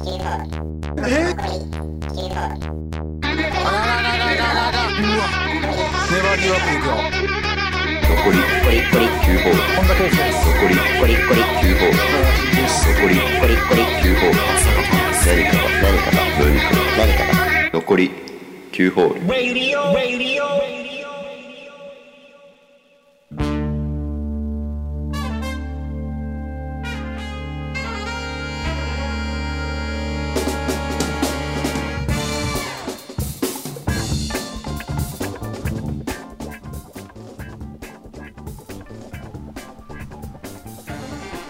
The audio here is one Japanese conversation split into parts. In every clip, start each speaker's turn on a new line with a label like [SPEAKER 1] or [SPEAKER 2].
[SPEAKER 1] えあらららららららうわ粘りよくいくよ
[SPEAKER 2] 残り9ホール
[SPEAKER 1] こんだけですね
[SPEAKER 2] 残り9ホール残り9ホール何かが何かが何かが何かが残り9ホール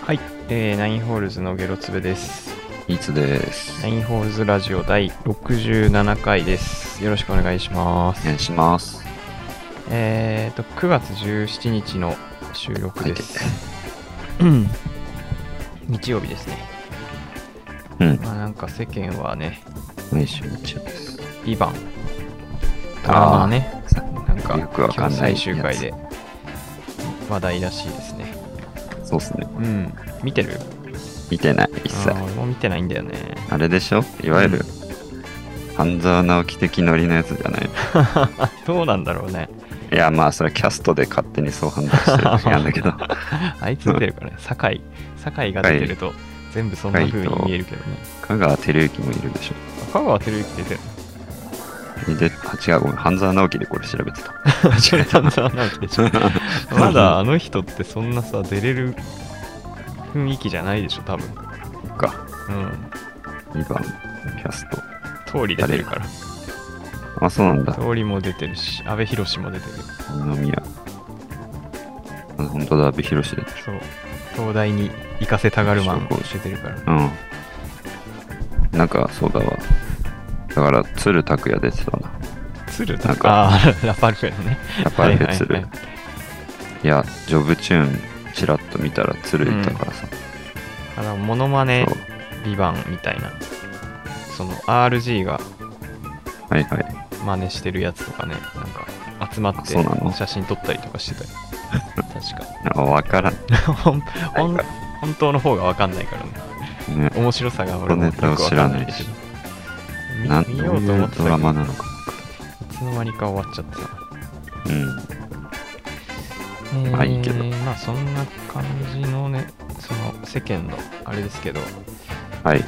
[SPEAKER 3] はい、えー、ナインホールズのゲロツベです。
[SPEAKER 2] いつです
[SPEAKER 3] ナインホールズラジオ第67回です。よろしくお願いします。
[SPEAKER 2] お願いします
[SPEAKER 3] えーと、9月17日の収録です。 日曜日ですね。
[SPEAKER 2] うん
[SPEAKER 3] まあなんか世間はね、
[SPEAKER 2] 名刺を一応です
[SPEAKER 3] ビバン。ドラマのね、
[SPEAKER 2] さ
[SPEAKER 3] なんか
[SPEAKER 2] よくわか
[SPEAKER 3] 今
[SPEAKER 2] ん
[SPEAKER 3] 日
[SPEAKER 2] ない
[SPEAKER 3] 最
[SPEAKER 2] や
[SPEAKER 3] 終
[SPEAKER 2] つ
[SPEAKER 3] 回で話題らしいですね。
[SPEAKER 2] そうっすね
[SPEAKER 3] うん。見てる
[SPEAKER 2] 見てない一切
[SPEAKER 3] あー俺も見てないんだよね。
[SPEAKER 2] あれでしょいわゆる半沢直樹的ノリのやつじゃない
[SPEAKER 3] どうなんだろうね。
[SPEAKER 2] いやまあそれはキャストで勝手にそう判断してるだけなんだけど
[SPEAKER 3] あいつ出てるからね、酒井、酒井が出てると、全部そんな風に見えるけどね。
[SPEAKER 2] 香川照之もいるでしょ
[SPEAKER 3] 香川照之出てる。
[SPEAKER 2] であ違うごめん半沢直樹でこれ調べてた
[SPEAKER 3] それ半沢直樹でしょ。 まだあの人ってそんなさ、出れる雰囲気じゃないでしょ、多分。
[SPEAKER 2] そっか
[SPEAKER 3] うん。
[SPEAKER 2] 2番キャスト
[SPEAKER 3] 通り出てるから。
[SPEAKER 2] あそうなんだ
[SPEAKER 3] 通りも出てるし、阿部寛も出てる。
[SPEAKER 2] 二宮あ本当だ阿部寛出てる
[SPEAKER 3] そう。東大に行かせたがるマンも出てるから。
[SPEAKER 2] うんなんかそうだわだから鶴拓也出てたな
[SPEAKER 3] 鶴
[SPEAKER 2] な
[SPEAKER 3] と
[SPEAKER 2] んか
[SPEAKER 3] か、あー ラパルフェのね。
[SPEAKER 2] やっぱり鶴、
[SPEAKER 3] はい
[SPEAKER 2] い
[SPEAKER 3] はい
[SPEAKER 2] やジョブチューンちらっと見たら鶴いたからさ、
[SPEAKER 3] あの、モノマネ
[SPEAKER 2] そう
[SPEAKER 3] ビバンみたいな。その RG が
[SPEAKER 2] はいはい
[SPEAKER 3] 真似してるやつとかねなんか集まっ
[SPEAKER 2] あ
[SPEAKER 3] て
[SPEAKER 2] そうなの
[SPEAKER 3] 写真撮ったりとかしてた よ
[SPEAKER 2] あ分からん
[SPEAKER 3] 確かほんほん
[SPEAKER 2] なんか
[SPEAKER 3] 本当の方が分かんないからね
[SPEAKER 2] ね
[SPEAKER 3] 面白さが俺もよく
[SPEAKER 2] 元ネタを
[SPEAKER 3] 分
[SPEAKER 2] 知
[SPEAKER 3] からんな
[SPEAKER 2] ないい
[SPEAKER 3] け
[SPEAKER 2] し
[SPEAKER 3] ど
[SPEAKER 2] なん
[SPEAKER 3] 見
[SPEAKER 2] どう
[SPEAKER 3] 見ようと
[SPEAKER 2] い
[SPEAKER 3] 思
[SPEAKER 2] う
[SPEAKER 3] ってた
[SPEAKER 2] ド
[SPEAKER 3] け
[SPEAKER 2] ラ
[SPEAKER 3] ど
[SPEAKER 2] マ
[SPEAKER 3] い
[SPEAKER 2] なのか
[SPEAKER 3] つの間にか終わっちゃってた
[SPEAKER 2] うん
[SPEAKER 3] え
[SPEAKER 2] まあいいけど
[SPEAKER 3] まあそんな感じのねその世間のあれですけど
[SPEAKER 2] はい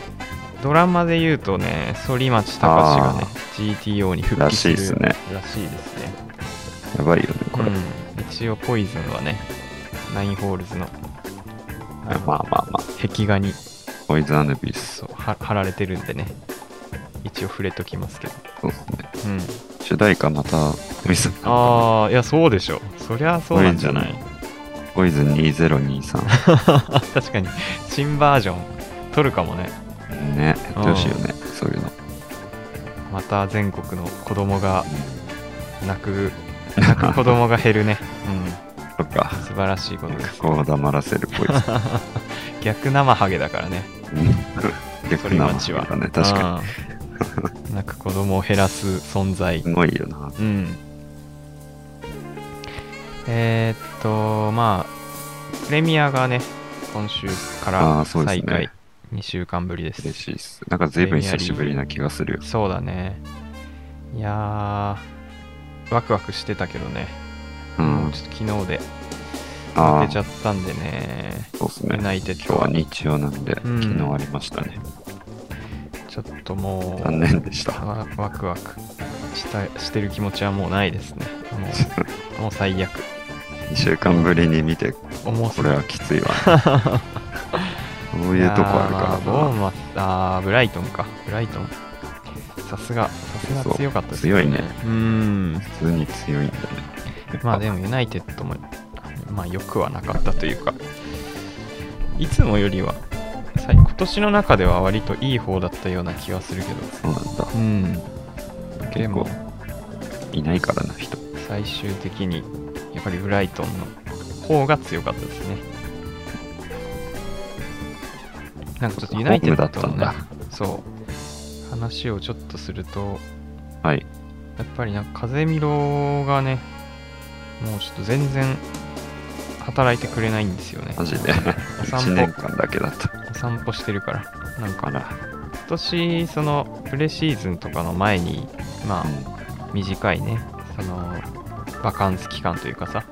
[SPEAKER 3] ドラマで言うとね反町隆史がね
[SPEAKER 2] あ
[SPEAKER 3] GTO に復帰する
[SPEAKER 2] らしいっすね
[SPEAKER 3] らしいですね
[SPEAKER 2] やばいよねこれ、
[SPEAKER 3] う
[SPEAKER 2] あ
[SPEAKER 3] ん一応ポイズンはねナインホールズの
[SPEAKER 2] まあまあまあ
[SPEAKER 3] 壁画に
[SPEAKER 2] ポイズンアヌビス
[SPEAKER 3] そうは貼られてるんでね一応触れときますけど、
[SPEAKER 2] そうっすね
[SPEAKER 3] うん、
[SPEAKER 2] 主題歌またポイズン
[SPEAKER 3] ああいやそうでしょそりゃそうなんじゃない
[SPEAKER 2] 多いポイズン2023
[SPEAKER 3] 確かに新バージョン取るかもね
[SPEAKER 2] ねやってほしいよねそう いうの
[SPEAKER 3] また全国の子供が泣 く泣く子供が減るね、
[SPEAKER 2] と
[SPEAKER 3] う
[SPEAKER 2] か
[SPEAKER 3] ん、素晴らしいことです
[SPEAKER 2] こを黙らせるポイ ズン
[SPEAKER 3] 逆生ハゲだからね
[SPEAKER 2] 逆
[SPEAKER 3] 反
[SPEAKER 2] な
[SPEAKER 3] 町は
[SPEAKER 2] だね確か
[SPEAKER 3] に泣く子供を減らす存在
[SPEAKER 2] にすごいよな
[SPEAKER 3] うんえーっとまあプレミアがね今週から
[SPEAKER 2] あーそうで
[SPEAKER 3] 再
[SPEAKER 2] すね
[SPEAKER 3] 開、2週間ぶりです
[SPEAKER 2] 嬉しいっすなんか随分久しぶりな気がするよ
[SPEAKER 3] そうだねいやーワクワクしてたけどね、
[SPEAKER 2] う
[SPEAKER 3] もうんちょっと昨日で
[SPEAKER 2] あ
[SPEAKER 3] 負
[SPEAKER 2] あ
[SPEAKER 3] けちゃったんでね
[SPEAKER 2] そうっす
[SPEAKER 3] ユ
[SPEAKER 2] ね
[SPEAKER 3] ナイテッド
[SPEAKER 2] 今日は
[SPEAKER 3] は
[SPEAKER 2] 日曜なんで
[SPEAKER 3] ん
[SPEAKER 2] 昨日ありましたね
[SPEAKER 3] ちょっともう
[SPEAKER 2] 残念 でした
[SPEAKER 3] わワクワクしたしてる気持ちはもうないですねもうもう最悪
[SPEAKER 2] 2週間ぶりに見て
[SPEAKER 3] 重す
[SPEAKER 2] こ
[SPEAKER 3] ぎ
[SPEAKER 2] れ
[SPEAKER 3] る
[SPEAKER 2] はきついわ そういう
[SPEAKER 3] いやー
[SPEAKER 2] とこある
[SPEAKER 3] まボー
[SPEAKER 2] か
[SPEAKER 3] ンはあーブライトンかブライトンさすがさすが強かったです
[SPEAKER 2] そう強いね
[SPEAKER 3] うーん
[SPEAKER 2] らな普通に強いんだね
[SPEAKER 3] まあでもユナイテッドもまあ良くはなかったというかいつもよりはさ今年の中では割といい方だったような気はするけど
[SPEAKER 2] そうなんだ
[SPEAKER 3] うんで
[SPEAKER 2] 結
[SPEAKER 3] も
[SPEAKER 2] 構いないからな人
[SPEAKER 3] 最終的にやっぱりブライトンの方が強かったですねなんかちょっとユナイテッドのね
[SPEAKER 2] ホームだった
[SPEAKER 3] そう話をちょっとすると
[SPEAKER 2] はい
[SPEAKER 3] やっぱりなんか風見ろがねもうちょっと全然働いてくれないんですよね
[SPEAKER 2] マジで
[SPEAKER 3] 散歩
[SPEAKER 2] 1年間だけだった
[SPEAKER 3] お散歩してるからなんか今年そのプレシーズンとかの前にまあ短いねそのバカンス期間というかさ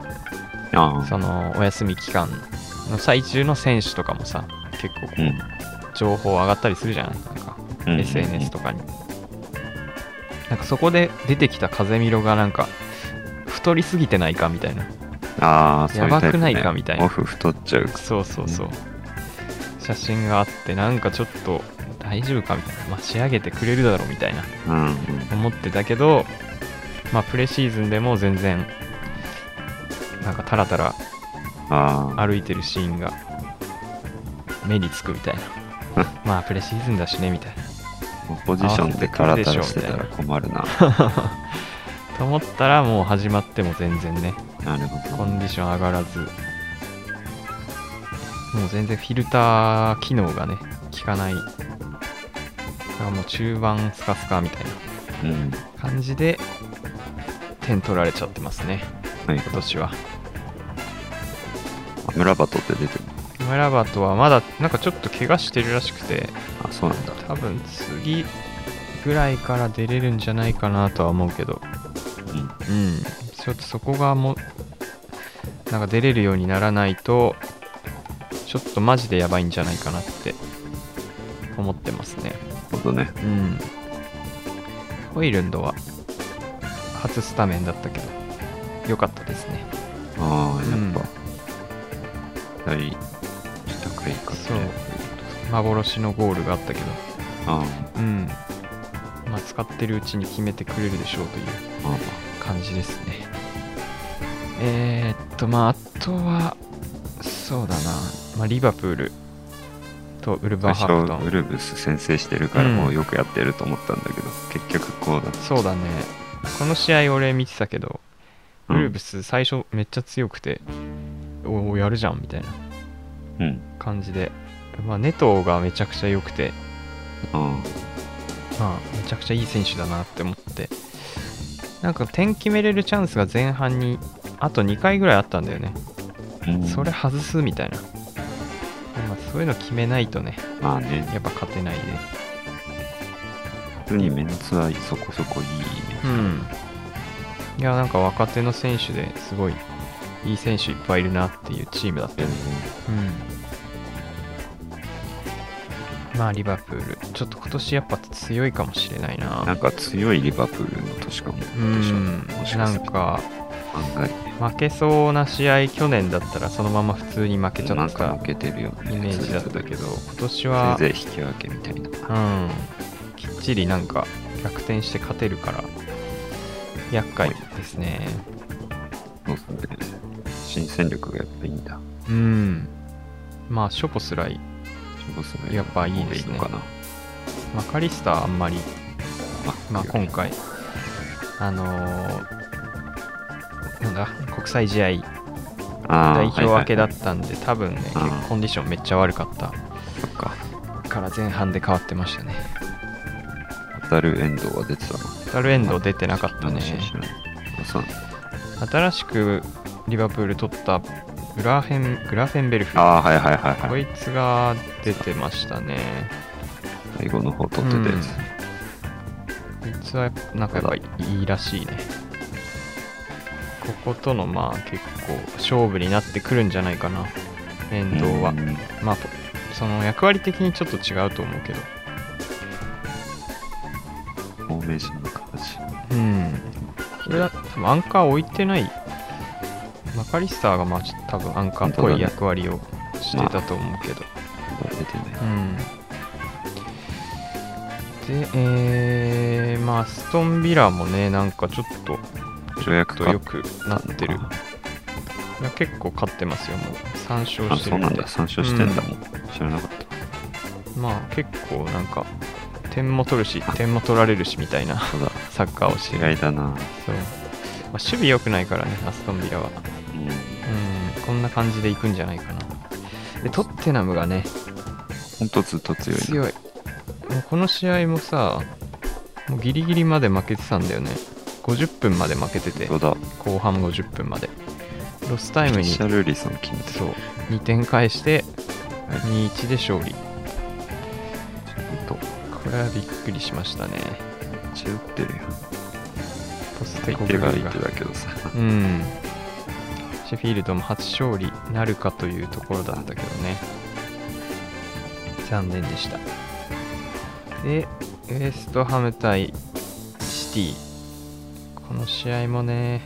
[SPEAKER 2] ああ
[SPEAKER 3] そのお休み期間の最中の選手とかもさ結構こ
[SPEAKER 2] うん
[SPEAKER 3] う情報上がったりするじゃないなんか
[SPEAKER 2] うん
[SPEAKER 3] SNS とかになんかそこで出てきた風見ろがなんか太りすぎてないかみたいな
[SPEAKER 2] ああそういうタイプ、ね、
[SPEAKER 3] やばくないかみたいな
[SPEAKER 2] オフ太っちゃう
[SPEAKER 3] そうそうそう、写真があってなんかちょっと大丈夫かみたいな、まあ、仕上げてくれるだろうみたいな
[SPEAKER 2] うんうん
[SPEAKER 3] 思ってたけど、まあ、プレシーズンでも全然なんかタラタラ
[SPEAKER 2] ああ
[SPEAKER 3] 歩いてるシーンが目につくみたいなまあプレシーズンだしねみたいな
[SPEAKER 2] ポジションでタラタラしてたら困るな
[SPEAKER 3] と思ったらもう始まっても全然ね
[SPEAKER 2] なるほ
[SPEAKER 3] コ
[SPEAKER 2] ど
[SPEAKER 3] ンディション上がらずもう全然フィルター機能がね効かないだからもう中盤スカスカみたいな
[SPEAKER 2] うん
[SPEAKER 3] 感じで点取られちゃってますね
[SPEAKER 2] はい
[SPEAKER 3] 今年は
[SPEAKER 2] 村バトって出てる
[SPEAKER 3] ムラバトはまだなんかちょっと怪我してるらしくて
[SPEAKER 2] あそうなんだ
[SPEAKER 3] 多分次ぐらいから出れるんじゃないかなとは思うけど
[SPEAKER 2] うん
[SPEAKER 3] うんちょっとそこがもうなんか出れるようにならないとちょっとマジでやばいんじゃないかなって思ってますね
[SPEAKER 2] ほどね
[SPEAKER 3] うんホイルンドは初スタメンだったけど良かったですね
[SPEAKER 2] ああ
[SPEAKER 3] うん
[SPEAKER 2] やっぱ期待高いか
[SPEAKER 3] そう幻のゴールがあったけど
[SPEAKER 2] あ
[SPEAKER 3] うんまあ使ってるうちに決めてくれるでしょうという
[SPEAKER 2] ああ
[SPEAKER 3] 感じですねえーっとまああとはそうだな、まあ、リバプールとウル
[SPEAKER 2] あ
[SPEAKER 3] バー
[SPEAKER 2] 最
[SPEAKER 3] ハープト
[SPEAKER 2] 初ウ
[SPEAKER 3] ン
[SPEAKER 2] ルブス先制してるから
[SPEAKER 3] うん
[SPEAKER 2] もうよくやってると思ったんだけど、結局こうだ
[SPEAKER 3] そうだねこの試合俺見てたけど、ウ
[SPEAKER 2] うん
[SPEAKER 3] ルブス最初めっちゃ強くておおやるじゃんみたいな
[SPEAKER 2] うん
[SPEAKER 3] 感じで、まあ、ネトがめちゃくちゃ良くて、
[SPEAKER 2] あ
[SPEAKER 3] まあ、めちゃくちゃいい選手だなって思ってなんか点決めれるチャンスが前半にあと2回ぐらいあったんだよね
[SPEAKER 2] あ、うん
[SPEAKER 3] それ外すみたいな、まあ、そういうの決めないとね
[SPEAKER 2] まあね
[SPEAKER 3] やっぱ勝てないね
[SPEAKER 2] 普通にメンツはそこそこいいね
[SPEAKER 3] うんいやなんか若手の選手ですごいいい選手いっぱいいるなっていうチームだった
[SPEAKER 2] う
[SPEAKER 3] よ
[SPEAKER 2] ん
[SPEAKER 3] ねうんまあリバプールちょっと今年やっぱ強いかもしれない
[SPEAKER 2] な
[SPEAKER 3] なん
[SPEAKER 2] か強いリバプールの年か
[SPEAKER 3] う
[SPEAKER 2] もでしょ
[SPEAKER 3] ん
[SPEAKER 2] もしか
[SPEAKER 3] な
[SPEAKER 2] する
[SPEAKER 3] ん
[SPEAKER 2] と
[SPEAKER 3] か
[SPEAKER 2] 案外
[SPEAKER 3] 負けそうな試合去年だったらそのまま普通に負けちゃ
[SPEAKER 2] な
[SPEAKER 3] っ
[SPEAKER 2] んか
[SPEAKER 3] た
[SPEAKER 2] 負けてるよ
[SPEAKER 3] イ
[SPEAKER 2] ね
[SPEAKER 3] メージだったけど今年は
[SPEAKER 2] せいぜい引き分けみたいな
[SPEAKER 3] うん、きっちりなんか逆転して勝てるから厄介ですね、
[SPEAKER 2] そうすね新戦力がやっぱいいんだ
[SPEAKER 3] うんまあショポスライ
[SPEAKER 2] そうすね
[SPEAKER 3] やっぱいいですね
[SPEAKER 2] いいのかな
[SPEAKER 3] マカリスターあんまり、まあ、今
[SPEAKER 2] 回
[SPEAKER 3] 回あのーなんだ国際試合代表明けだったんで、多分ね結
[SPEAKER 2] うん
[SPEAKER 3] 構コンディションめっちゃ悪かった
[SPEAKER 2] そっか
[SPEAKER 3] から前半で変わってましたね
[SPEAKER 2] 当たるエンドは出てたの
[SPEAKER 3] ダルエンド出てなかったね
[SPEAKER 2] 話しないあそうなんだ
[SPEAKER 3] 新しくリバプール取ったグラフェングラフェンベルフ
[SPEAKER 2] ああはいはいはい
[SPEAKER 3] こ
[SPEAKER 2] はい
[SPEAKER 3] いつが出てましたね。
[SPEAKER 2] 最後の方取ってたやつ、
[SPEAKER 3] こいつはやっぱなんかやっぱいいらしいね。こことのまあ結構勝負になってくるんじゃないかな、遠藤は。
[SPEAKER 2] うん
[SPEAKER 3] まあぽその役割的にちょっと違うと思うけど。
[SPEAKER 2] フォーメーションの形
[SPEAKER 3] うん。これは多分アンカー置いてない。マカリスターがまあちょっと多分アンカーっぽい役割をしてたと思うけど。
[SPEAKER 2] 出てない
[SPEAKER 3] うんで、えー、まあ、アストンビラもね、なんかちょっと、
[SPEAKER 2] 条約
[SPEAKER 3] ちょっと良くなってる。いや結構勝ってますよ、もう。3勝
[SPEAKER 2] あ
[SPEAKER 3] して
[SPEAKER 2] そ
[SPEAKER 3] る
[SPEAKER 2] うんなん
[SPEAKER 3] で
[SPEAKER 2] だ。参照してんだもん、知らなかった
[SPEAKER 3] まあ、結構なんか、点も取るし、点も取られるしみたいな
[SPEAKER 2] そうだ
[SPEAKER 3] サッカーをしてる。
[SPEAKER 2] 違いだな
[SPEAKER 3] そう。まあ、守備良くないからね、アストンビラは。
[SPEAKER 2] うん
[SPEAKER 3] うん、こんな感じでいくんじゃないかな。で、トッテナムがね、
[SPEAKER 2] ほんとずっと強いな
[SPEAKER 3] 強いもうこの試合もさもうギリギリまで負けてたんだよね50分まで負けてて
[SPEAKER 2] そうだ
[SPEAKER 3] 後半50分までロスタイムに
[SPEAKER 2] シャルーリソン決めて
[SPEAKER 3] そう2点返して
[SPEAKER 2] はい
[SPEAKER 3] 2-1で勝利れはびっくりしましたね。
[SPEAKER 2] めっちゃ打ってるよ。
[SPEAKER 3] ポステ
[SPEAKER 2] 入
[SPEAKER 3] コ
[SPEAKER 2] っ
[SPEAKER 3] グ
[SPEAKER 2] て
[SPEAKER 3] ル
[SPEAKER 2] るから
[SPEAKER 3] ー
[SPEAKER 2] 言
[SPEAKER 3] が
[SPEAKER 2] って。たけどさ。
[SPEAKER 3] うん。シェフィールドも初勝利なるかというところだったけどね。残念でした。で、ウエストハム対シティ。この試合もね、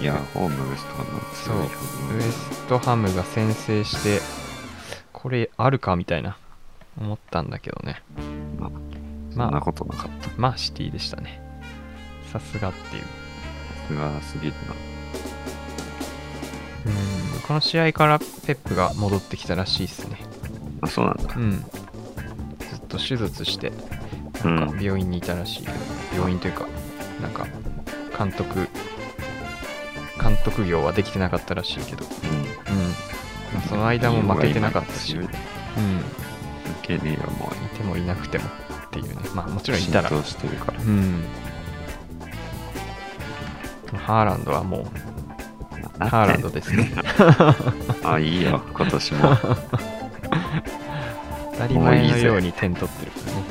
[SPEAKER 2] いや、ホームウエストハムは
[SPEAKER 3] そう、
[SPEAKER 2] 強いよ
[SPEAKER 3] ウエストハムが先制して、これあるかみたいな思ったんだけどね。ま
[SPEAKER 2] そんな
[SPEAKER 3] あ、
[SPEAKER 2] ことなかった。
[SPEAKER 3] まあシティでしたね。さすがっていう。
[SPEAKER 2] うわ、すげえな。
[SPEAKER 3] うん、この試合からペップが戻ってきたらしいですね。
[SPEAKER 2] あ、そうなんだ
[SPEAKER 3] う。ん。ずっと手術して、
[SPEAKER 2] う
[SPEAKER 3] なんか
[SPEAKER 2] ん。
[SPEAKER 3] 病院にいたらしいけど、病院というか、なんか、監督、監督業はできてなかったらしいけど、うん。まあ、その間も負けてなかったし、う。
[SPEAKER 2] うんん
[SPEAKER 3] い
[SPEAKER 2] 理由が今強い。受けねえよ、もう。も
[SPEAKER 3] てもいなくてもっていうね。まあ、もちろんいたら。
[SPEAKER 2] 浸透してるから。
[SPEAKER 3] うん。ハーランドはもう、ハーランドです ね。
[SPEAKER 2] あ、いいよ、今年も。
[SPEAKER 3] 当たり前のように点取ってるからね。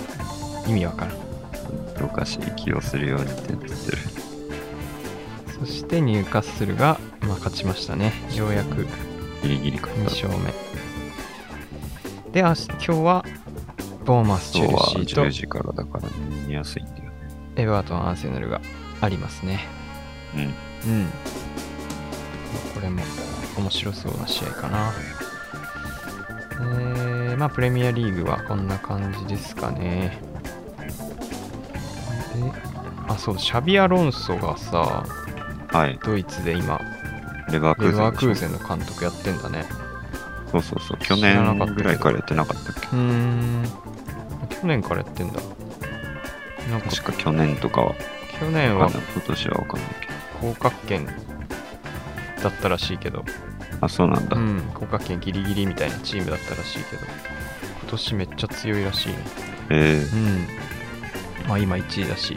[SPEAKER 3] 意味わからん。
[SPEAKER 2] どうかし息をするように点取ってる。
[SPEAKER 3] そしてニューカッスルが、まあ、勝ちましたね。ようやく
[SPEAKER 2] ギリギリ勝
[SPEAKER 3] 2
[SPEAKER 2] った。
[SPEAKER 3] 勝目。で、明日今日は、ボーマス、チェ
[SPEAKER 2] 今
[SPEAKER 3] ル
[SPEAKER 2] 日は
[SPEAKER 3] シ
[SPEAKER 2] 10
[SPEAKER 3] ーと
[SPEAKER 2] 時からだから、ね、見やすいんだよね。
[SPEAKER 3] エバートン、アーセナルがありますね。
[SPEAKER 2] うん。
[SPEAKER 3] うん。これも面白そうな試合かな。えー、まあ、プレミアリーグはこんな感じですかね。で、あ、そう、シャビア・ロンソがさ、
[SPEAKER 2] はい。
[SPEAKER 3] ドイツで今、
[SPEAKER 2] レバーク
[SPEAKER 3] レ
[SPEAKER 2] ーゼ
[SPEAKER 3] バ
[SPEAKER 2] ン
[SPEAKER 3] ー
[SPEAKER 2] で
[SPEAKER 3] ク
[SPEAKER 2] し
[SPEAKER 3] ー
[SPEAKER 2] ょ。
[SPEAKER 3] ゼンの監督やってんだね。
[SPEAKER 2] そうそうそう。去
[SPEAKER 3] 知らなかったけど
[SPEAKER 2] 年ぐらいからやってなかったっけ
[SPEAKER 3] うーん。去年からやってんだ。なんか、
[SPEAKER 2] 確か去年とかは。
[SPEAKER 3] 去年
[SPEAKER 2] わ
[SPEAKER 3] は
[SPEAKER 2] かんない今年はわかんないけ
[SPEAKER 3] 降格圏だったらしいけど、
[SPEAKER 2] ど。あ、そうなんだ。
[SPEAKER 3] うん、降格圏ギリギリみたいなチームだったらしいけど、今年めっちゃ強いらしいね。
[SPEAKER 2] え
[SPEAKER 3] うん。まあ今1位だし、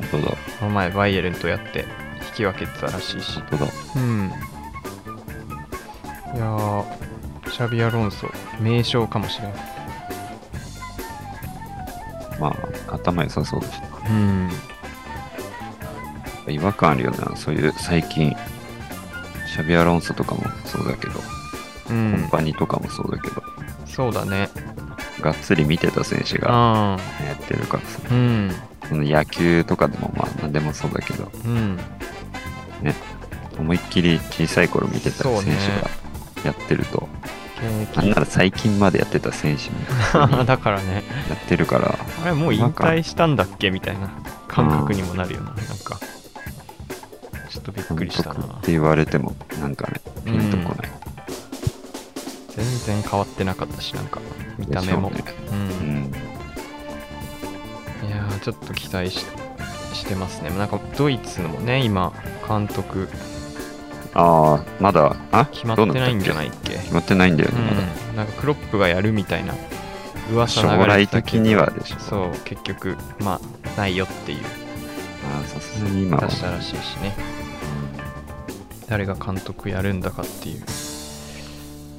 [SPEAKER 2] ー、本当だ。
[SPEAKER 3] この前バイエルンとやって引き分けてたらしいし、
[SPEAKER 2] 本当だ。
[SPEAKER 3] うん。いやー、シャビア・ロンソ、名将かもしれない。
[SPEAKER 2] まあ、頭良さそうだし。
[SPEAKER 3] うん。
[SPEAKER 2] 違和感あるよね。そういう最近、シャビアロンソとかもそうだけど、
[SPEAKER 3] う
[SPEAKER 2] コ
[SPEAKER 3] ん
[SPEAKER 2] ン、パニとかもそうだけど、
[SPEAKER 3] そうだね。
[SPEAKER 2] がっつり見てた選手が
[SPEAKER 3] あ
[SPEAKER 2] やってるからさ、
[SPEAKER 3] あ、うん。
[SPEAKER 2] その野球とかでもまあ何でもそうだけど、
[SPEAKER 3] うん、
[SPEAKER 2] 思いっきり小さい頃見てた
[SPEAKER 3] そう
[SPEAKER 2] 選手
[SPEAKER 3] ね
[SPEAKER 2] がやってると、
[SPEAKER 3] 現
[SPEAKER 2] なんなら最近までやってた 選手も
[SPEAKER 3] 役だからね、
[SPEAKER 2] やってるから、
[SPEAKER 3] あれもう引退したんだっけみたいな感覚にもなるよな、なんか、ちょっとびっく
[SPEAKER 2] 監
[SPEAKER 3] りした
[SPEAKER 2] 督
[SPEAKER 3] な
[SPEAKER 2] っ、て言われても、なんかね、ピンとこない。
[SPEAKER 3] 全然変わってなかったし、なんか、見た目も、
[SPEAKER 2] でし
[SPEAKER 3] う
[SPEAKER 2] ょうね
[SPEAKER 3] ん、
[SPEAKER 2] うん
[SPEAKER 3] いやー、ちょっと期待ししてますね、なんかドイツのもね、今、監督、
[SPEAKER 2] ああ、まだ、あ
[SPEAKER 3] 決まってないんじゃないいっけ、
[SPEAKER 2] 決まってないんだよ
[SPEAKER 3] う
[SPEAKER 2] ね、まだ。
[SPEAKER 3] ん、なんかクロップがやるみたいな噂
[SPEAKER 2] 将
[SPEAKER 3] 流れ
[SPEAKER 2] 来
[SPEAKER 3] てた
[SPEAKER 2] 的
[SPEAKER 3] けど
[SPEAKER 2] にはでしょ。
[SPEAKER 3] そう、結局、まあ、ないよっていう。
[SPEAKER 2] ああ、さすがに今は
[SPEAKER 3] 出。したらしいしね誰が監督やるんだかっていう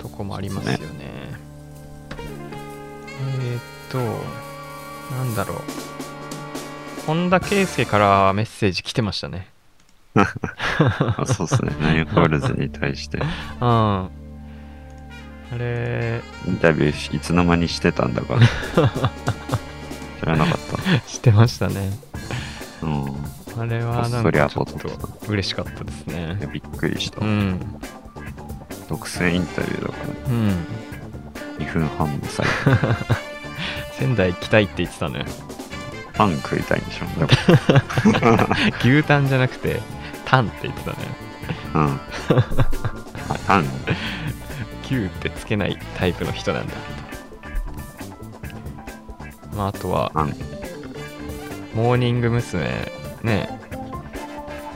[SPEAKER 3] とこもありますよねえーっとなんだろう本田圭佑からメッセージ来てましたね
[SPEAKER 2] あそうで すね。ナインホールズに対して、
[SPEAKER 3] うんあれ
[SPEAKER 2] インタビューいつの間にしてたんだか。知らなかっ
[SPEAKER 3] してましたね
[SPEAKER 2] た。うん。い
[SPEAKER 3] あれはな
[SPEAKER 2] こっそ
[SPEAKER 3] ん
[SPEAKER 2] り
[SPEAKER 3] か
[SPEAKER 2] ア
[SPEAKER 3] ちょ
[SPEAKER 2] ポ
[SPEAKER 3] っ
[SPEAKER 2] 取ってた
[SPEAKER 3] と嬉しかったです
[SPEAKER 2] や
[SPEAKER 3] ね
[SPEAKER 2] びっくりした
[SPEAKER 3] う。ん
[SPEAKER 2] 独占インタビューだから、
[SPEAKER 3] うん
[SPEAKER 2] 2分半も されて、
[SPEAKER 3] 仙台行きたいって言ってたのよ
[SPEAKER 2] パン食いたいんでしょ。でも
[SPEAKER 3] 牛タンじゃなくてタンって言ってたのよ
[SPEAKER 2] うん。あ、パン。
[SPEAKER 3] 9ってつけないタイプの人なんだまあ、あとは
[SPEAKER 2] パン。
[SPEAKER 3] モーニング娘。ね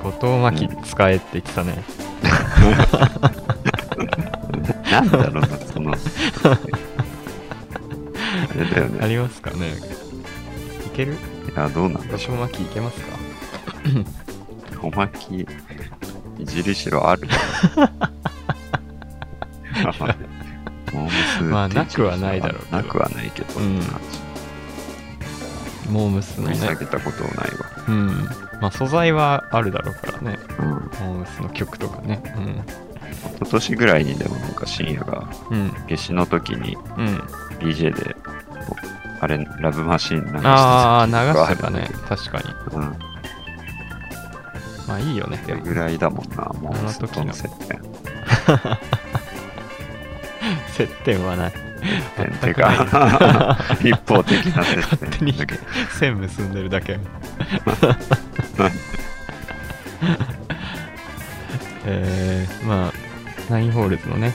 [SPEAKER 3] 後藤真希使えって言ってたね、
[SPEAKER 2] なんだろうな、その。あれだよ
[SPEAKER 3] あ
[SPEAKER 2] ね。
[SPEAKER 3] りますかねいける
[SPEAKER 2] いや、どうなん
[SPEAKER 3] 後
[SPEAKER 2] だ
[SPEAKER 3] 藤真希いけますか
[SPEAKER 2] おまき、 いじるしろある。モームス
[SPEAKER 3] まあなくはないだろうけど
[SPEAKER 2] なくはないけど、
[SPEAKER 3] うん
[SPEAKER 2] って感じ
[SPEAKER 3] モームスの
[SPEAKER 2] 掘り下
[SPEAKER 3] ね
[SPEAKER 2] げたことないわ
[SPEAKER 3] うんまあ素材はあるだろうからね、
[SPEAKER 2] うん、
[SPEAKER 3] モームスの曲とかね
[SPEAKER 2] 今年ぐらいにでもなんか深夜が
[SPEAKER 3] うんうん
[SPEAKER 2] 夏至の時に
[SPEAKER 3] うん
[SPEAKER 2] DJ であれラブマシーン流して
[SPEAKER 3] ああ流
[SPEAKER 2] 時
[SPEAKER 3] し
[SPEAKER 2] が
[SPEAKER 3] て
[SPEAKER 2] る
[SPEAKER 3] た
[SPEAKER 2] んだ
[SPEAKER 3] ね
[SPEAKER 2] けど
[SPEAKER 3] 確かに
[SPEAKER 2] うん
[SPEAKER 3] まあいいよね
[SPEAKER 2] それぐらいだもんなもう
[SPEAKER 3] あの時の
[SPEAKER 2] 外の接点
[SPEAKER 3] 接点はない
[SPEAKER 2] てか 一方的な接
[SPEAKER 3] 勝手に
[SPEAKER 2] 点だけど
[SPEAKER 3] 線結んでるだ けえー、まあナインホールズのね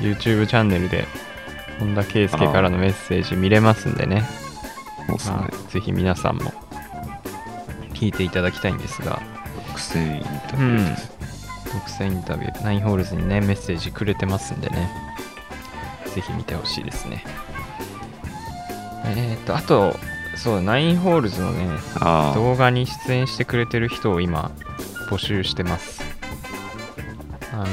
[SPEAKER 3] YouTube チャンネルで本田圭佑からのメッセージ見れますんでね
[SPEAKER 2] もうそ
[SPEAKER 3] ま
[SPEAKER 2] の
[SPEAKER 3] あ、ぜひ皆さんも聞いていただきたいんですが
[SPEAKER 2] 苦戦インタビューです、
[SPEAKER 3] 独占インタビューナインホールズにねメッセージくれてますんでねぜひ見てほしいですねえー、っとあとそうだナインホールズのね
[SPEAKER 2] ああ
[SPEAKER 3] 動画に出演してくれてる人を今募集してますあの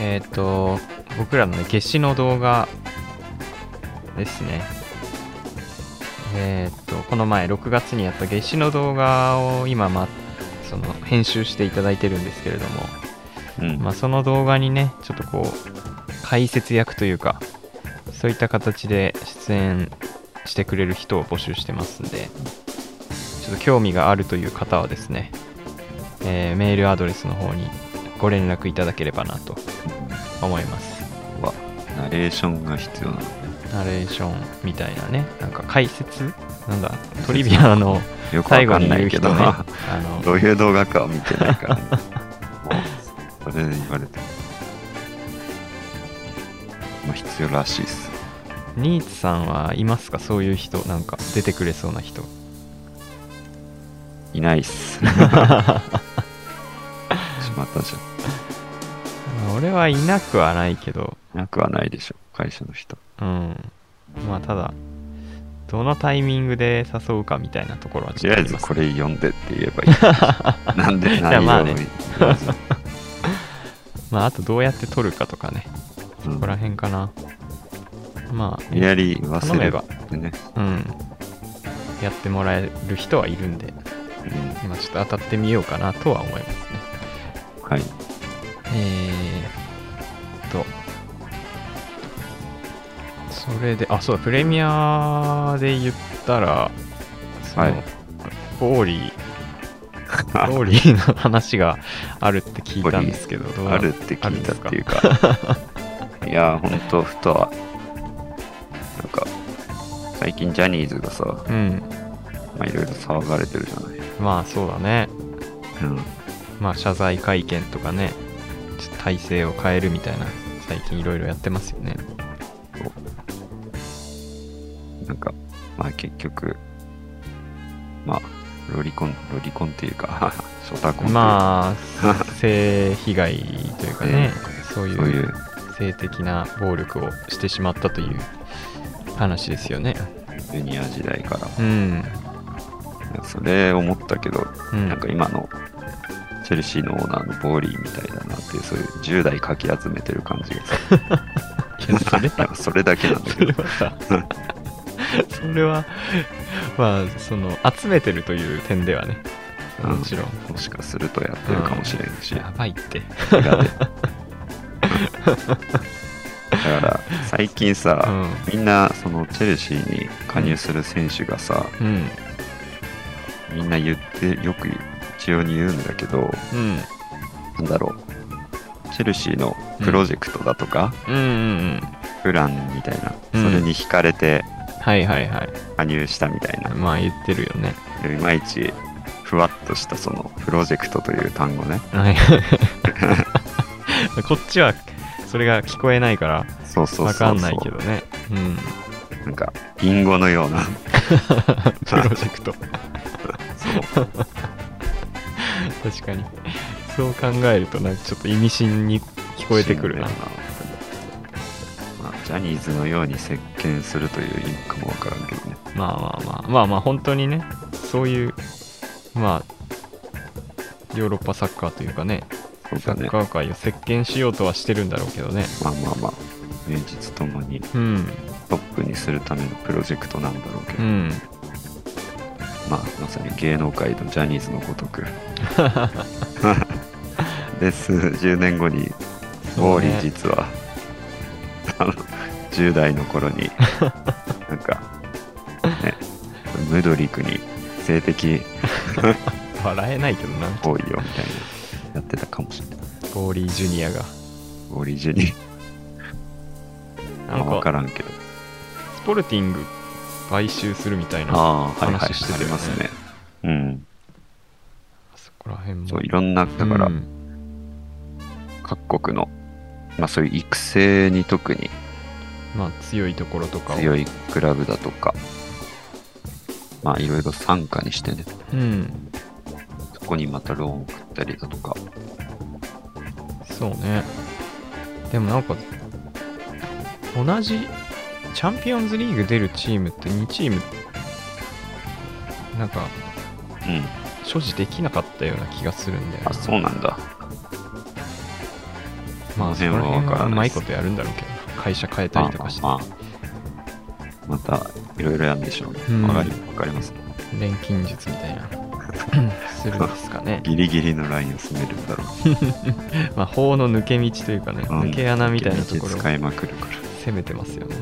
[SPEAKER 3] えっ、と僕らのね夏至の動画ですねえっ、とこの前6月にやった夏至の動画を今、ま、その編集していただいてるんですけれども
[SPEAKER 2] うん
[SPEAKER 3] まあ、その動画にねちょっとこう解説役というかそういった形で出演してくれる人を募集してますんでちょっと興味があるという方はですね、えーメールアドレスの方にご連絡いただければなと思います
[SPEAKER 2] はナレーションが必要なのね
[SPEAKER 3] ナレーションみたいなねなんか解説なんだトリビアの
[SPEAKER 2] よくわ
[SPEAKER 3] 最後
[SPEAKER 2] かん
[SPEAKER 3] に
[SPEAKER 2] な
[SPEAKER 3] 言う
[SPEAKER 2] いけ
[SPEAKER 3] 人ね
[SPEAKER 2] ど
[SPEAKER 3] あ
[SPEAKER 2] ど
[SPEAKER 3] の
[SPEAKER 2] ういう動画かは見てないから、ね、もうそれで言われてもまあ必要らしいっす
[SPEAKER 3] ニーツさんはいますかそういう人なんか出てくれそうな人
[SPEAKER 2] いないっす しまったじゃ
[SPEAKER 3] 俺はいなくはないけど
[SPEAKER 2] んなくはないでしょ会社の人
[SPEAKER 3] うん。まあ、ただ、どのタイミングで誘うかみたいなところは
[SPEAKER 2] と
[SPEAKER 3] ち
[SPEAKER 2] り
[SPEAKER 3] ょっ
[SPEAKER 2] あ
[SPEAKER 3] と
[SPEAKER 2] え
[SPEAKER 3] り
[SPEAKER 2] ず
[SPEAKER 3] ます
[SPEAKER 2] これ読んでって言えばい いなんで
[SPEAKER 3] いや
[SPEAKER 2] 何
[SPEAKER 3] まあ
[SPEAKER 2] を
[SPEAKER 3] ね
[SPEAKER 2] 言 わず
[SPEAKER 3] まあ、あとどうやって撮るかとかね、
[SPEAKER 2] うん
[SPEAKER 3] そこら辺かな。まあ、
[SPEAKER 2] 無理やり言わせれば
[SPEAKER 3] 頼
[SPEAKER 2] ってね、
[SPEAKER 3] うん。やってもらえる人はいるんで、
[SPEAKER 2] う
[SPEAKER 3] まあ、ちょっと当たってみようかなとは思いますね。
[SPEAKER 2] ん、はい
[SPEAKER 3] えー、と、それで、あ、そうだ、プレミアで言ったら、その、
[SPEAKER 2] はい
[SPEAKER 3] オーリー、 オーリーの話があるって聞いたんですけど、どうな
[SPEAKER 2] あるって
[SPEAKER 3] ある
[SPEAKER 2] 聞
[SPEAKER 3] ん
[SPEAKER 2] い
[SPEAKER 3] で
[SPEAKER 2] たっ
[SPEAKER 3] すか
[SPEAKER 2] ていうか いやほんとふとはなんか最近ジャニーズがさま
[SPEAKER 3] うん。
[SPEAKER 2] あいろいろ騒がれてるじゃない、
[SPEAKER 3] まあそうだね。
[SPEAKER 2] うん、
[SPEAKER 3] まあ謝罪会見とかね、ちょっと体制を変えるみたいな、最近いろいろやってますよね。
[SPEAKER 2] なんかまあ結局まあロリコンロリコンっていうか ショタコンっていうか
[SPEAKER 3] まあ、性被害というかね、そうい
[SPEAKER 2] そういうう
[SPEAKER 3] 性的な暴力をしてしまったという話ですよね。
[SPEAKER 2] ジュニア時代から
[SPEAKER 3] うん。
[SPEAKER 2] いやそれ思ったけど、
[SPEAKER 3] うん
[SPEAKER 2] なんか今のチェルシーのオーナーのボーリーみたいだなっていうそういう10代かき集めてる感じが す
[SPEAKER 3] いやそれ
[SPEAKER 2] るなんかそれだけなんだ
[SPEAKER 3] そ
[SPEAKER 2] け
[SPEAKER 3] れ
[SPEAKER 2] ど
[SPEAKER 3] はさそれはまあその集めてるという点ではね
[SPEAKER 2] うん
[SPEAKER 3] もちろん、
[SPEAKER 2] もしかするとやってるかもしれんし、
[SPEAKER 3] やばいって
[SPEAKER 2] 怪我でだから最近さ、みんなそのチェルシーに加入する選手がさ、
[SPEAKER 3] うん
[SPEAKER 2] みんな言ってよく一応に言うんだけど
[SPEAKER 3] うん
[SPEAKER 2] なんだろうチェルシーのプロジェクトだとか、
[SPEAKER 3] うんうんうん
[SPEAKER 2] プランみたいな、
[SPEAKER 3] うん
[SPEAKER 2] それに惹かれて
[SPEAKER 3] はいはいはい
[SPEAKER 2] 加入したみたいな、
[SPEAKER 3] まあ言ってるよね
[SPEAKER 2] いまいちふわっとしたそのプロジェクトという単語ね
[SPEAKER 3] はいこっちはそれが聞こえないから
[SPEAKER 2] そうそうそうそう
[SPEAKER 3] わかんないけどねうん
[SPEAKER 2] なんかリンゴのような
[SPEAKER 3] プロジェクト
[SPEAKER 2] そう
[SPEAKER 3] 確かにそう考えるとなんかちょっと意味深に聞こえてくるな
[SPEAKER 2] シンプルなまあ、ジャニーズのように席巻するという意味かもわからんけどね
[SPEAKER 3] まあまあまあまあまあ本当にねそういうまあヨーロッパサッカーというかね
[SPEAKER 2] そう
[SPEAKER 3] サ
[SPEAKER 2] だ
[SPEAKER 3] ッ
[SPEAKER 2] ね。
[SPEAKER 3] カー界を席巻しようとはしてるんだろうけどね。
[SPEAKER 2] まあまあまあ、名実ともに
[SPEAKER 3] うん。
[SPEAKER 2] トップにするためのプロジェクトなんだろうけ
[SPEAKER 3] う
[SPEAKER 2] ど、
[SPEAKER 3] ん。
[SPEAKER 2] まあ、まさに芸能界のジャニーズのご とく。で、数10年後に、ウォ
[SPEAKER 3] そう
[SPEAKER 2] ーリ
[SPEAKER 3] ね
[SPEAKER 2] ー実は、あの、10代の頃 に、なんか、ね、ムドリクに性的
[SPEAKER 3] 笑えないけどな。
[SPEAKER 2] 行為をみたいな、やってたかもしれない。
[SPEAKER 3] ボーリージュニアが。
[SPEAKER 2] ウォーリージュに、
[SPEAKER 3] なん
[SPEAKER 2] わ
[SPEAKER 3] か、
[SPEAKER 2] からんけど。
[SPEAKER 3] スポルティング買収するみたいな。あ
[SPEAKER 2] ああ、はいはい、
[SPEAKER 3] 話してた
[SPEAKER 2] あり
[SPEAKER 3] よね
[SPEAKER 2] ますね。うん。
[SPEAKER 3] そこら辺も。
[SPEAKER 2] そう、いろんな、だから
[SPEAKER 3] う、ん
[SPEAKER 2] 各国の、まあそういう育成に特に
[SPEAKER 3] まあ、強いところとかを。
[SPEAKER 2] 強いクラブだとか、まあいろいろ参加にしてね、
[SPEAKER 3] うん。
[SPEAKER 2] そこにまたローンを送ったりだとか、
[SPEAKER 3] そうね。でもなんか、同じ、チャンピオンズリーグ出るチームって2チーム、なんか、
[SPEAKER 2] うん、
[SPEAKER 3] 所持できなかったような気がするんだよな
[SPEAKER 2] あ、そうなんだ。
[SPEAKER 3] まあ、そ
[SPEAKER 2] そ
[SPEAKER 3] こ
[SPEAKER 2] の
[SPEAKER 3] ら
[SPEAKER 2] 辺
[SPEAKER 3] 辺
[SPEAKER 2] は分から
[SPEAKER 3] はう
[SPEAKER 2] な
[SPEAKER 3] ま
[SPEAKER 2] い
[SPEAKER 3] い
[SPEAKER 2] です
[SPEAKER 3] ことやるんだろうけど、会社変えたりとかして、
[SPEAKER 2] まあまあまあまたいろいろやるんでしょうね
[SPEAKER 3] うん。
[SPEAKER 2] わ、かりわかります。
[SPEAKER 3] 錬金術みたいな、 するんですかね。
[SPEAKER 2] ギリギリのラインを進めるんだろ
[SPEAKER 3] まあ、法の抜け道というかね、
[SPEAKER 2] う。うん
[SPEAKER 3] 抜け穴みたいなところ
[SPEAKER 2] 現
[SPEAKER 3] を
[SPEAKER 2] 実使いまくるから。
[SPEAKER 3] 攻めてますよね。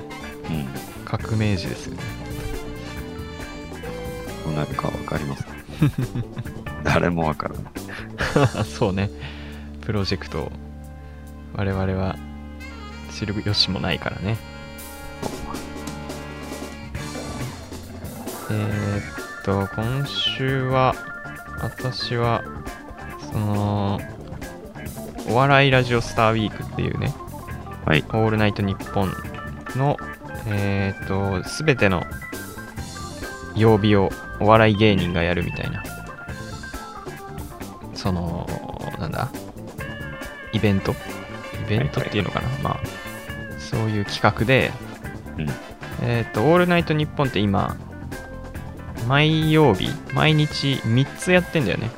[SPEAKER 2] うん。
[SPEAKER 3] 革命児ですよね。
[SPEAKER 2] どうなるかわかり ます。誰もわから ない。
[SPEAKER 3] そうね、プロジェクトを、我々は知る由もないからね。えー、っと、今週は、私は、その、お笑いラジオスターウィークっていうね、
[SPEAKER 2] はい。
[SPEAKER 3] オールナイトニッポンの、えー、っと、すべての曜日をお笑い芸人がやるみたいな、その、なんだ、イベントイベントっていうのかな、まあ、そういう企画で、
[SPEAKER 2] うん
[SPEAKER 3] えーっと、オールナイトニッポンって今、毎曜日、毎日3つやってんだよね。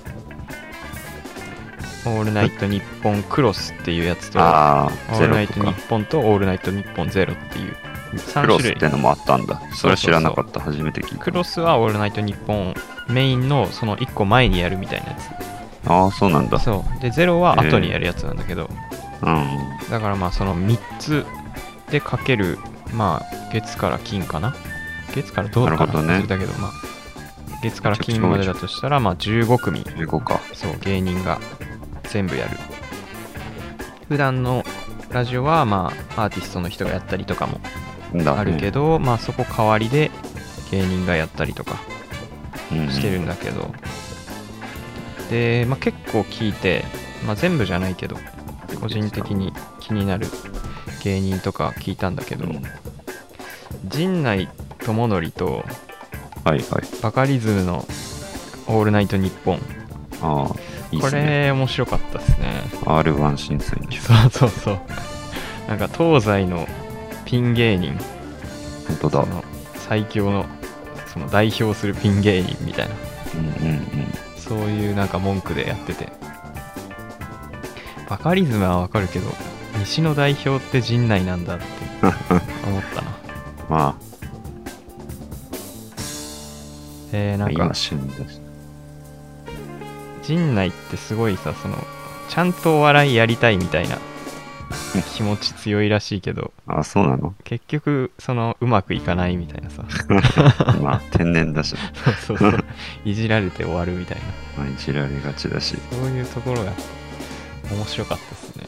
[SPEAKER 3] オールナイトニッポンクロスっていうやつと、
[SPEAKER 2] あ
[SPEAKER 3] オ
[SPEAKER 2] あ、
[SPEAKER 3] ー
[SPEAKER 2] ゼ
[SPEAKER 3] ルナ
[SPEAKER 2] ロ
[SPEAKER 3] イト
[SPEAKER 2] と
[SPEAKER 3] ニ
[SPEAKER 2] か。
[SPEAKER 3] ッポンとオールナイトニッポンゼロっていう3
[SPEAKER 2] クロス
[SPEAKER 3] 種
[SPEAKER 2] っ
[SPEAKER 3] 類
[SPEAKER 2] てのもあったんだ。それは知らなか
[SPEAKER 3] そう
[SPEAKER 2] った。初めて聞いた。
[SPEAKER 3] クロスはオールナイトニッポンメインのその1個前にやるみたいなや
[SPEAKER 2] ああ、そうなんだ
[SPEAKER 3] つ。そうでゼロは後にやるやつなんだけど、
[SPEAKER 2] うん。
[SPEAKER 3] だからまあその3つでかけるまあ月から金かな月からどうかな
[SPEAKER 2] なるほどね
[SPEAKER 3] 忘れたけどまあ月から金までだとしたらまあ15組
[SPEAKER 2] 15か。
[SPEAKER 3] そう芸人が全部やる普段のラジオはまあアーティストの人がやったりとかも
[SPEAKER 2] だ
[SPEAKER 3] あるけど、まあそこ代わりで芸人がやったりとか
[SPEAKER 2] うん
[SPEAKER 3] してるんだけど、で、まあ、結構聞いて、まあ、全部じゃないけど個人的に気になる芸人とか聞いたんだけど、
[SPEAKER 2] うん
[SPEAKER 3] 陣内智則と
[SPEAKER 2] はいはい。
[SPEAKER 3] バカリズムの「オールナイトニッポン
[SPEAKER 2] ああ、」いい
[SPEAKER 3] こ
[SPEAKER 2] ですね。
[SPEAKER 3] れ面白かったですね
[SPEAKER 2] R1 浸水に。
[SPEAKER 3] そうそうそうなんか東西のピン芸人
[SPEAKER 2] 本当だ
[SPEAKER 3] そ。の最強のその代表するピン芸人みたいな
[SPEAKER 2] うんうんうん。
[SPEAKER 3] そういうなんか文句でやっててバカリズムはわかるけど西の代表って陣内なんだって思ったな
[SPEAKER 2] ま
[SPEAKER 3] えー、な
[SPEAKER 2] あ、
[SPEAKER 3] ん
[SPEAKER 2] 今
[SPEAKER 3] か
[SPEAKER 2] 旬です。
[SPEAKER 3] 陣内ってすごいさそのちゃんとお笑いやりたいみたいな気持ち強いらしいけど
[SPEAKER 2] ああ、そうなの
[SPEAKER 3] 結局そのうまくいかないみたいなさ
[SPEAKER 2] ま あ、天然だし、
[SPEAKER 3] そうそうそういじられて終わるみたいな
[SPEAKER 2] まあ、いじられがちだし、
[SPEAKER 3] そういうところが面白かったですね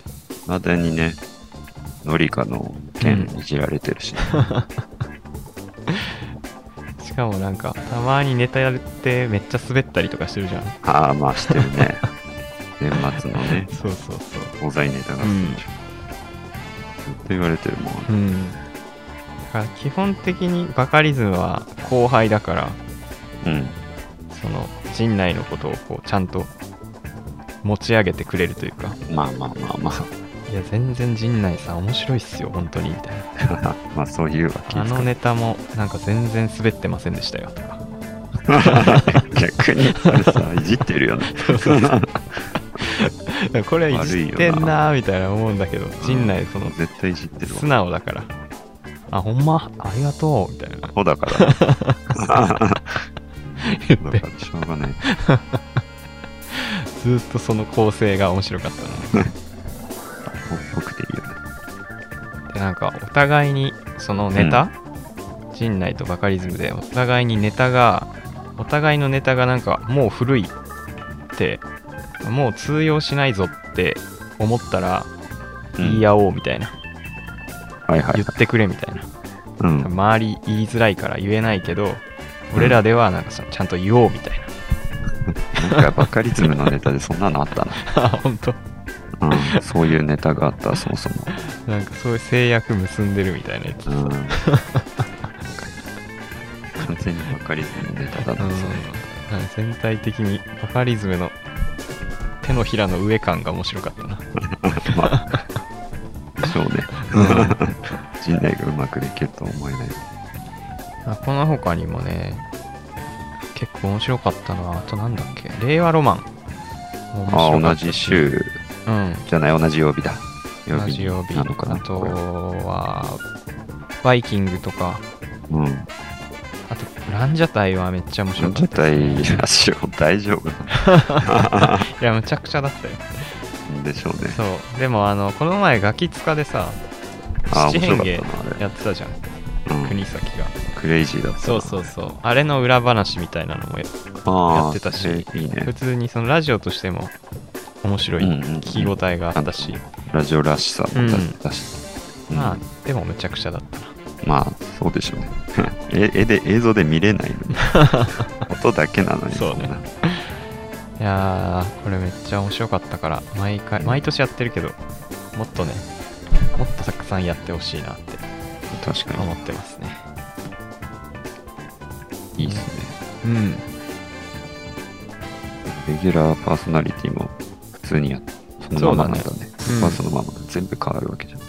[SPEAKER 2] まだにね、ノリカの剣
[SPEAKER 3] うん
[SPEAKER 2] いじられてる し、
[SPEAKER 3] しかもなんかたまにネタやってめっちゃ滑ったりとかしてるじゃん
[SPEAKER 2] ああ、まあ、してるね。年末のね、
[SPEAKER 3] そうそうそう
[SPEAKER 2] 東西ネタが、
[SPEAKER 3] う
[SPEAKER 2] ずっ
[SPEAKER 3] ん
[SPEAKER 2] と言われてるもん。
[SPEAKER 3] うん、だから基本的にバカリズムは後輩だから
[SPEAKER 2] うん。
[SPEAKER 3] その陣内のことをこうちゃんと持ち上げてくれるというか
[SPEAKER 2] まあまあまあま
[SPEAKER 3] いや全然陣内さん面白いっすよ本当にみたいな
[SPEAKER 2] あ、 まあ、そういうわけ
[SPEAKER 3] あのネタもなんか全然滑ってませんでしたよとか
[SPEAKER 2] 逆にそれさ、いじってるよね。
[SPEAKER 3] そうそうそうこれいじってん
[SPEAKER 2] 悪いよ
[SPEAKER 3] なーみたいな思うんだけど陣内その
[SPEAKER 2] 絶対いじってるわ
[SPEAKER 3] 素直だからあほんまありがとうみたいな
[SPEAKER 2] アホだからね
[SPEAKER 3] 言っ
[SPEAKER 2] だ
[SPEAKER 3] て
[SPEAKER 2] からしょうがない
[SPEAKER 3] ずーっとその構成が面白かったな
[SPEAKER 2] アホっぽくていいよね
[SPEAKER 3] でなんかお互いにそのネタ、陣内とバカリズムでお互いにネタがお互いのネタがなんかもう古いってもう通用しないぞって思ったら言い合おうみたいな、
[SPEAKER 2] はいはい
[SPEAKER 3] 言ってくれみたいな、
[SPEAKER 2] うん
[SPEAKER 3] 周り言いづらいから言えないけど俺らではなんかそのちゃんと言おうみたい
[SPEAKER 2] なんかバカリズムのネタでそんなのあった
[SPEAKER 3] な本当
[SPEAKER 2] な、うん、そういうネタがあったそもそも
[SPEAKER 3] なんかそういう制約結んでるみたいなやつ、
[SPEAKER 2] うん完全にバカリズムのネタだった、
[SPEAKER 3] うんなんか全体的にバカリズムの手のひらの上感が面白かったな
[SPEAKER 2] まあ、でしょうね。 陣内がうまくできるとは思えない。
[SPEAKER 3] あこの他にもね結構面白かったなあとなんだっけ令和ロマンも面白
[SPEAKER 2] ああ、
[SPEAKER 3] か
[SPEAKER 2] 同
[SPEAKER 3] ったし
[SPEAKER 2] じ週
[SPEAKER 3] うん
[SPEAKER 2] じゃない、同じ曜日だ。曜
[SPEAKER 3] 同じ曜日
[SPEAKER 2] なのかな。
[SPEAKER 3] あとはバイキングとか
[SPEAKER 2] うん。
[SPEAKER 3] あとランジャタイはめっちゃ面
[SPEAKER 2] ちょ
[SPEAKER 3] 白
[SPEAKER 2] っ
[SPEAKER 3] か
[SPEAKER 2] と
[SPEAKER 3] ったですね、
[SPEAKER 2] 大丈夫、大丈夫
[SPEAKER 3] いやむちゃくちゃだったよ
[SPEAKER 2] でしょうね。
[SPEAKER 3] そうでもあのこの前ガキ使でさ
[SPEAKER 2] ああ、
[SPEAKER 3] 七
[SPEAKER 2] 面白
[SPEAKER 3] 変
[SPEAKER 2] か
[SPEAKER 3] 化
[SPEAKER 2] ったな、あれ。
[SPEAKER 3] やってたじゃん
[SPEAKER 2] うん、
[SPEAKER 3] 国崎が
[SPEAKER 2] クレイジーだったな。
[SPEAKER 3] そうそうそうあれの裏話みたいなのもや
[SPEAKER 2] ああ
[SPEAKER 3] やってたし
[SPEAKER 2] えーいい
[SPEAKER 3] 普
[SPEAKER 2] ね。
[SPEAKER 3] 通にそのラジオとしても面白い
[SPEAKER 2] うんうんうん
[SPEAKER 3] 聞き応えがあったし、
[SPEAKER 2] ラジオらしさも出してたし。うん
[SPEAKER 3] まあでもむちゃくちゃだったな
[SPEAKER 2] まあ、そうでしょうね。 え絵で映像で見れない のに音だけなのに
[SPEAKER 3] そうね
[SPEAKER 2] んない
[SPEAKER 3] やーこれめっちゃ面白かったから毎回毎年やってるけどもっとねもっとたくさんやってほしいなって
[SPEAKER 2] 確か
[SPEAKER 3] 思ってますね
[SPEAKER 2] にいいですね
[SPEAKER 3] うん
[SPEAKER 2] レギュラーパーソナリティも普通にやっそのままなんだ
[SPEAKER 3] そう
[SPEAKER 2] ね。
[SPEAKER 3] うん
[SPEAKER 2] まあそのまま、全部変わるわけじゃん。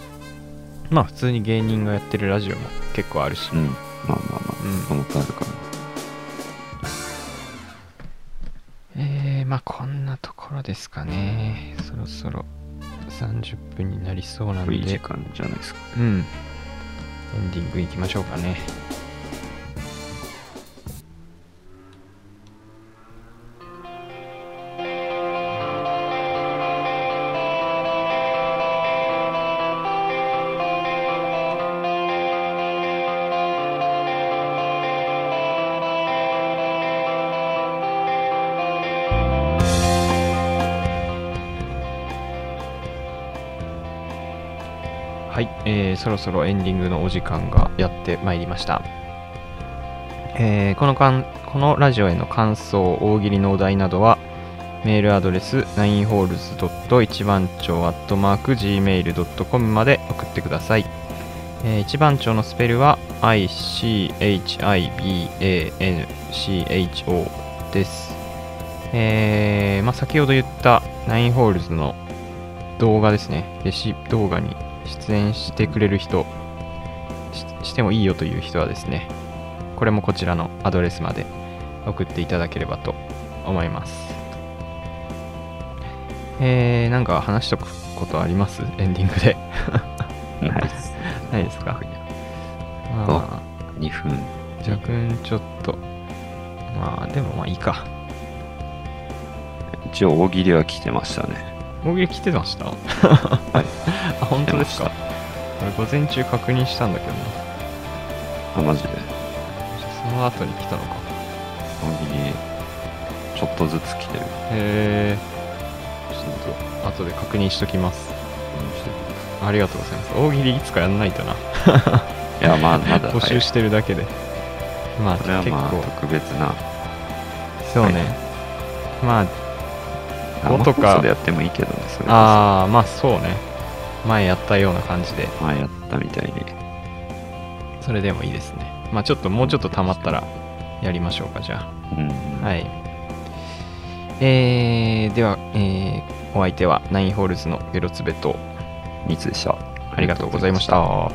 [SPEAKER 3] まあ普通に芸人がやってるラジオも結構あるし
[SPEAKER 2] うん。まあまあまあ、
[SPEAKER 3] うん
[SPEAKER 2] もともとあるから。
[SPEAKER 3] えー、まあこんなところですかねそろそろ30分になりそうなん
[SPEAKER 2] いい時
[SPEAKER 3] で
[SPEAKER 2] 間じゃないですか。
[SPEAKER 3] うんエンディングいきましょうかねはい、えーそろそろエンディングのお時間がやってまいりました。えーこのかんこのラジオへの感想、大喜利のお題などは、メールアドレス、9holes. 一番町 .gmail.com まで送ってください。えー一番町のスペルは、ICHIBANCHO です。えーまあ、先ほど言った9ホールズの動画ですね。レシ動画に出演してくれる人ししてもいいよという人はですねこれもこちらのアドレスまで送っていただければと思いますえー、なんか話しとくことありますエンディングで
[SPEAKER 2] ナイス。
[SPEAKER 3] ないですかまあ
[SPEAKER 2] 2分。
[SPEAKER 3] じゃくんちょっとまあでもまあいいか
[SPEAKER 2] 一応大喜利は来てましたね。
[SPEAKER 3] 大喜利来てました、
[SPEAKER 2] い
[SPEAKER 3] あ本当ですかこれ午前中確認したんだけどな
[SPEAKER 2] あ、マジで。
[SPEAKER 3] その後に来たのか
[SPEAKER 2] 大喜利、ちょっとずつ来てる。
[SPEAKER 3] へえ
[SPEAKER 2] ちょっと、うん
[SPEAKER 3] 後で確認しときます
[SPEAKER 2] ちょっ
[SPEAKER 3] ありがとうございます大喜利いつかやんないとな
[SPEAKER 2] といや、 まあ、まだ
[SPEAKER 3] 募
[SPEAKER 2] 早
[SPEAKER 3] 集
[SPEAKER 2] い。
[SPEAKER 3] してるだけでまあ
[SPEAKER 2] これは
[SPEAKER 3] 結
[SPEAKER 2] まあ、
[SPEAKER 3] 構
[SPEAKER 2] 特別な。
[SPEAKER 3] そうね、ま
[SPEAKER 2] 生
[SPEAKER 3] 音か
[SPEAKER 2] 放送でやってもいいけどね、それこそ
[SPEAKER 3] ああーまあそうね前やったような感じで
[SPEAKER 2] まあ、やったみたいに。
[SPEAKER 3] それでもいいですねまあちょっともうちょっと溜まったらやりましょうかじゃあ
[SPEAKER 2] うん。
[SPEAKER 3] はいえー、では、えーお相手はナインホールズのゲロツベと
[SPEAKER 2] ニツでした。
[SPEAKER 3] ありがとうございました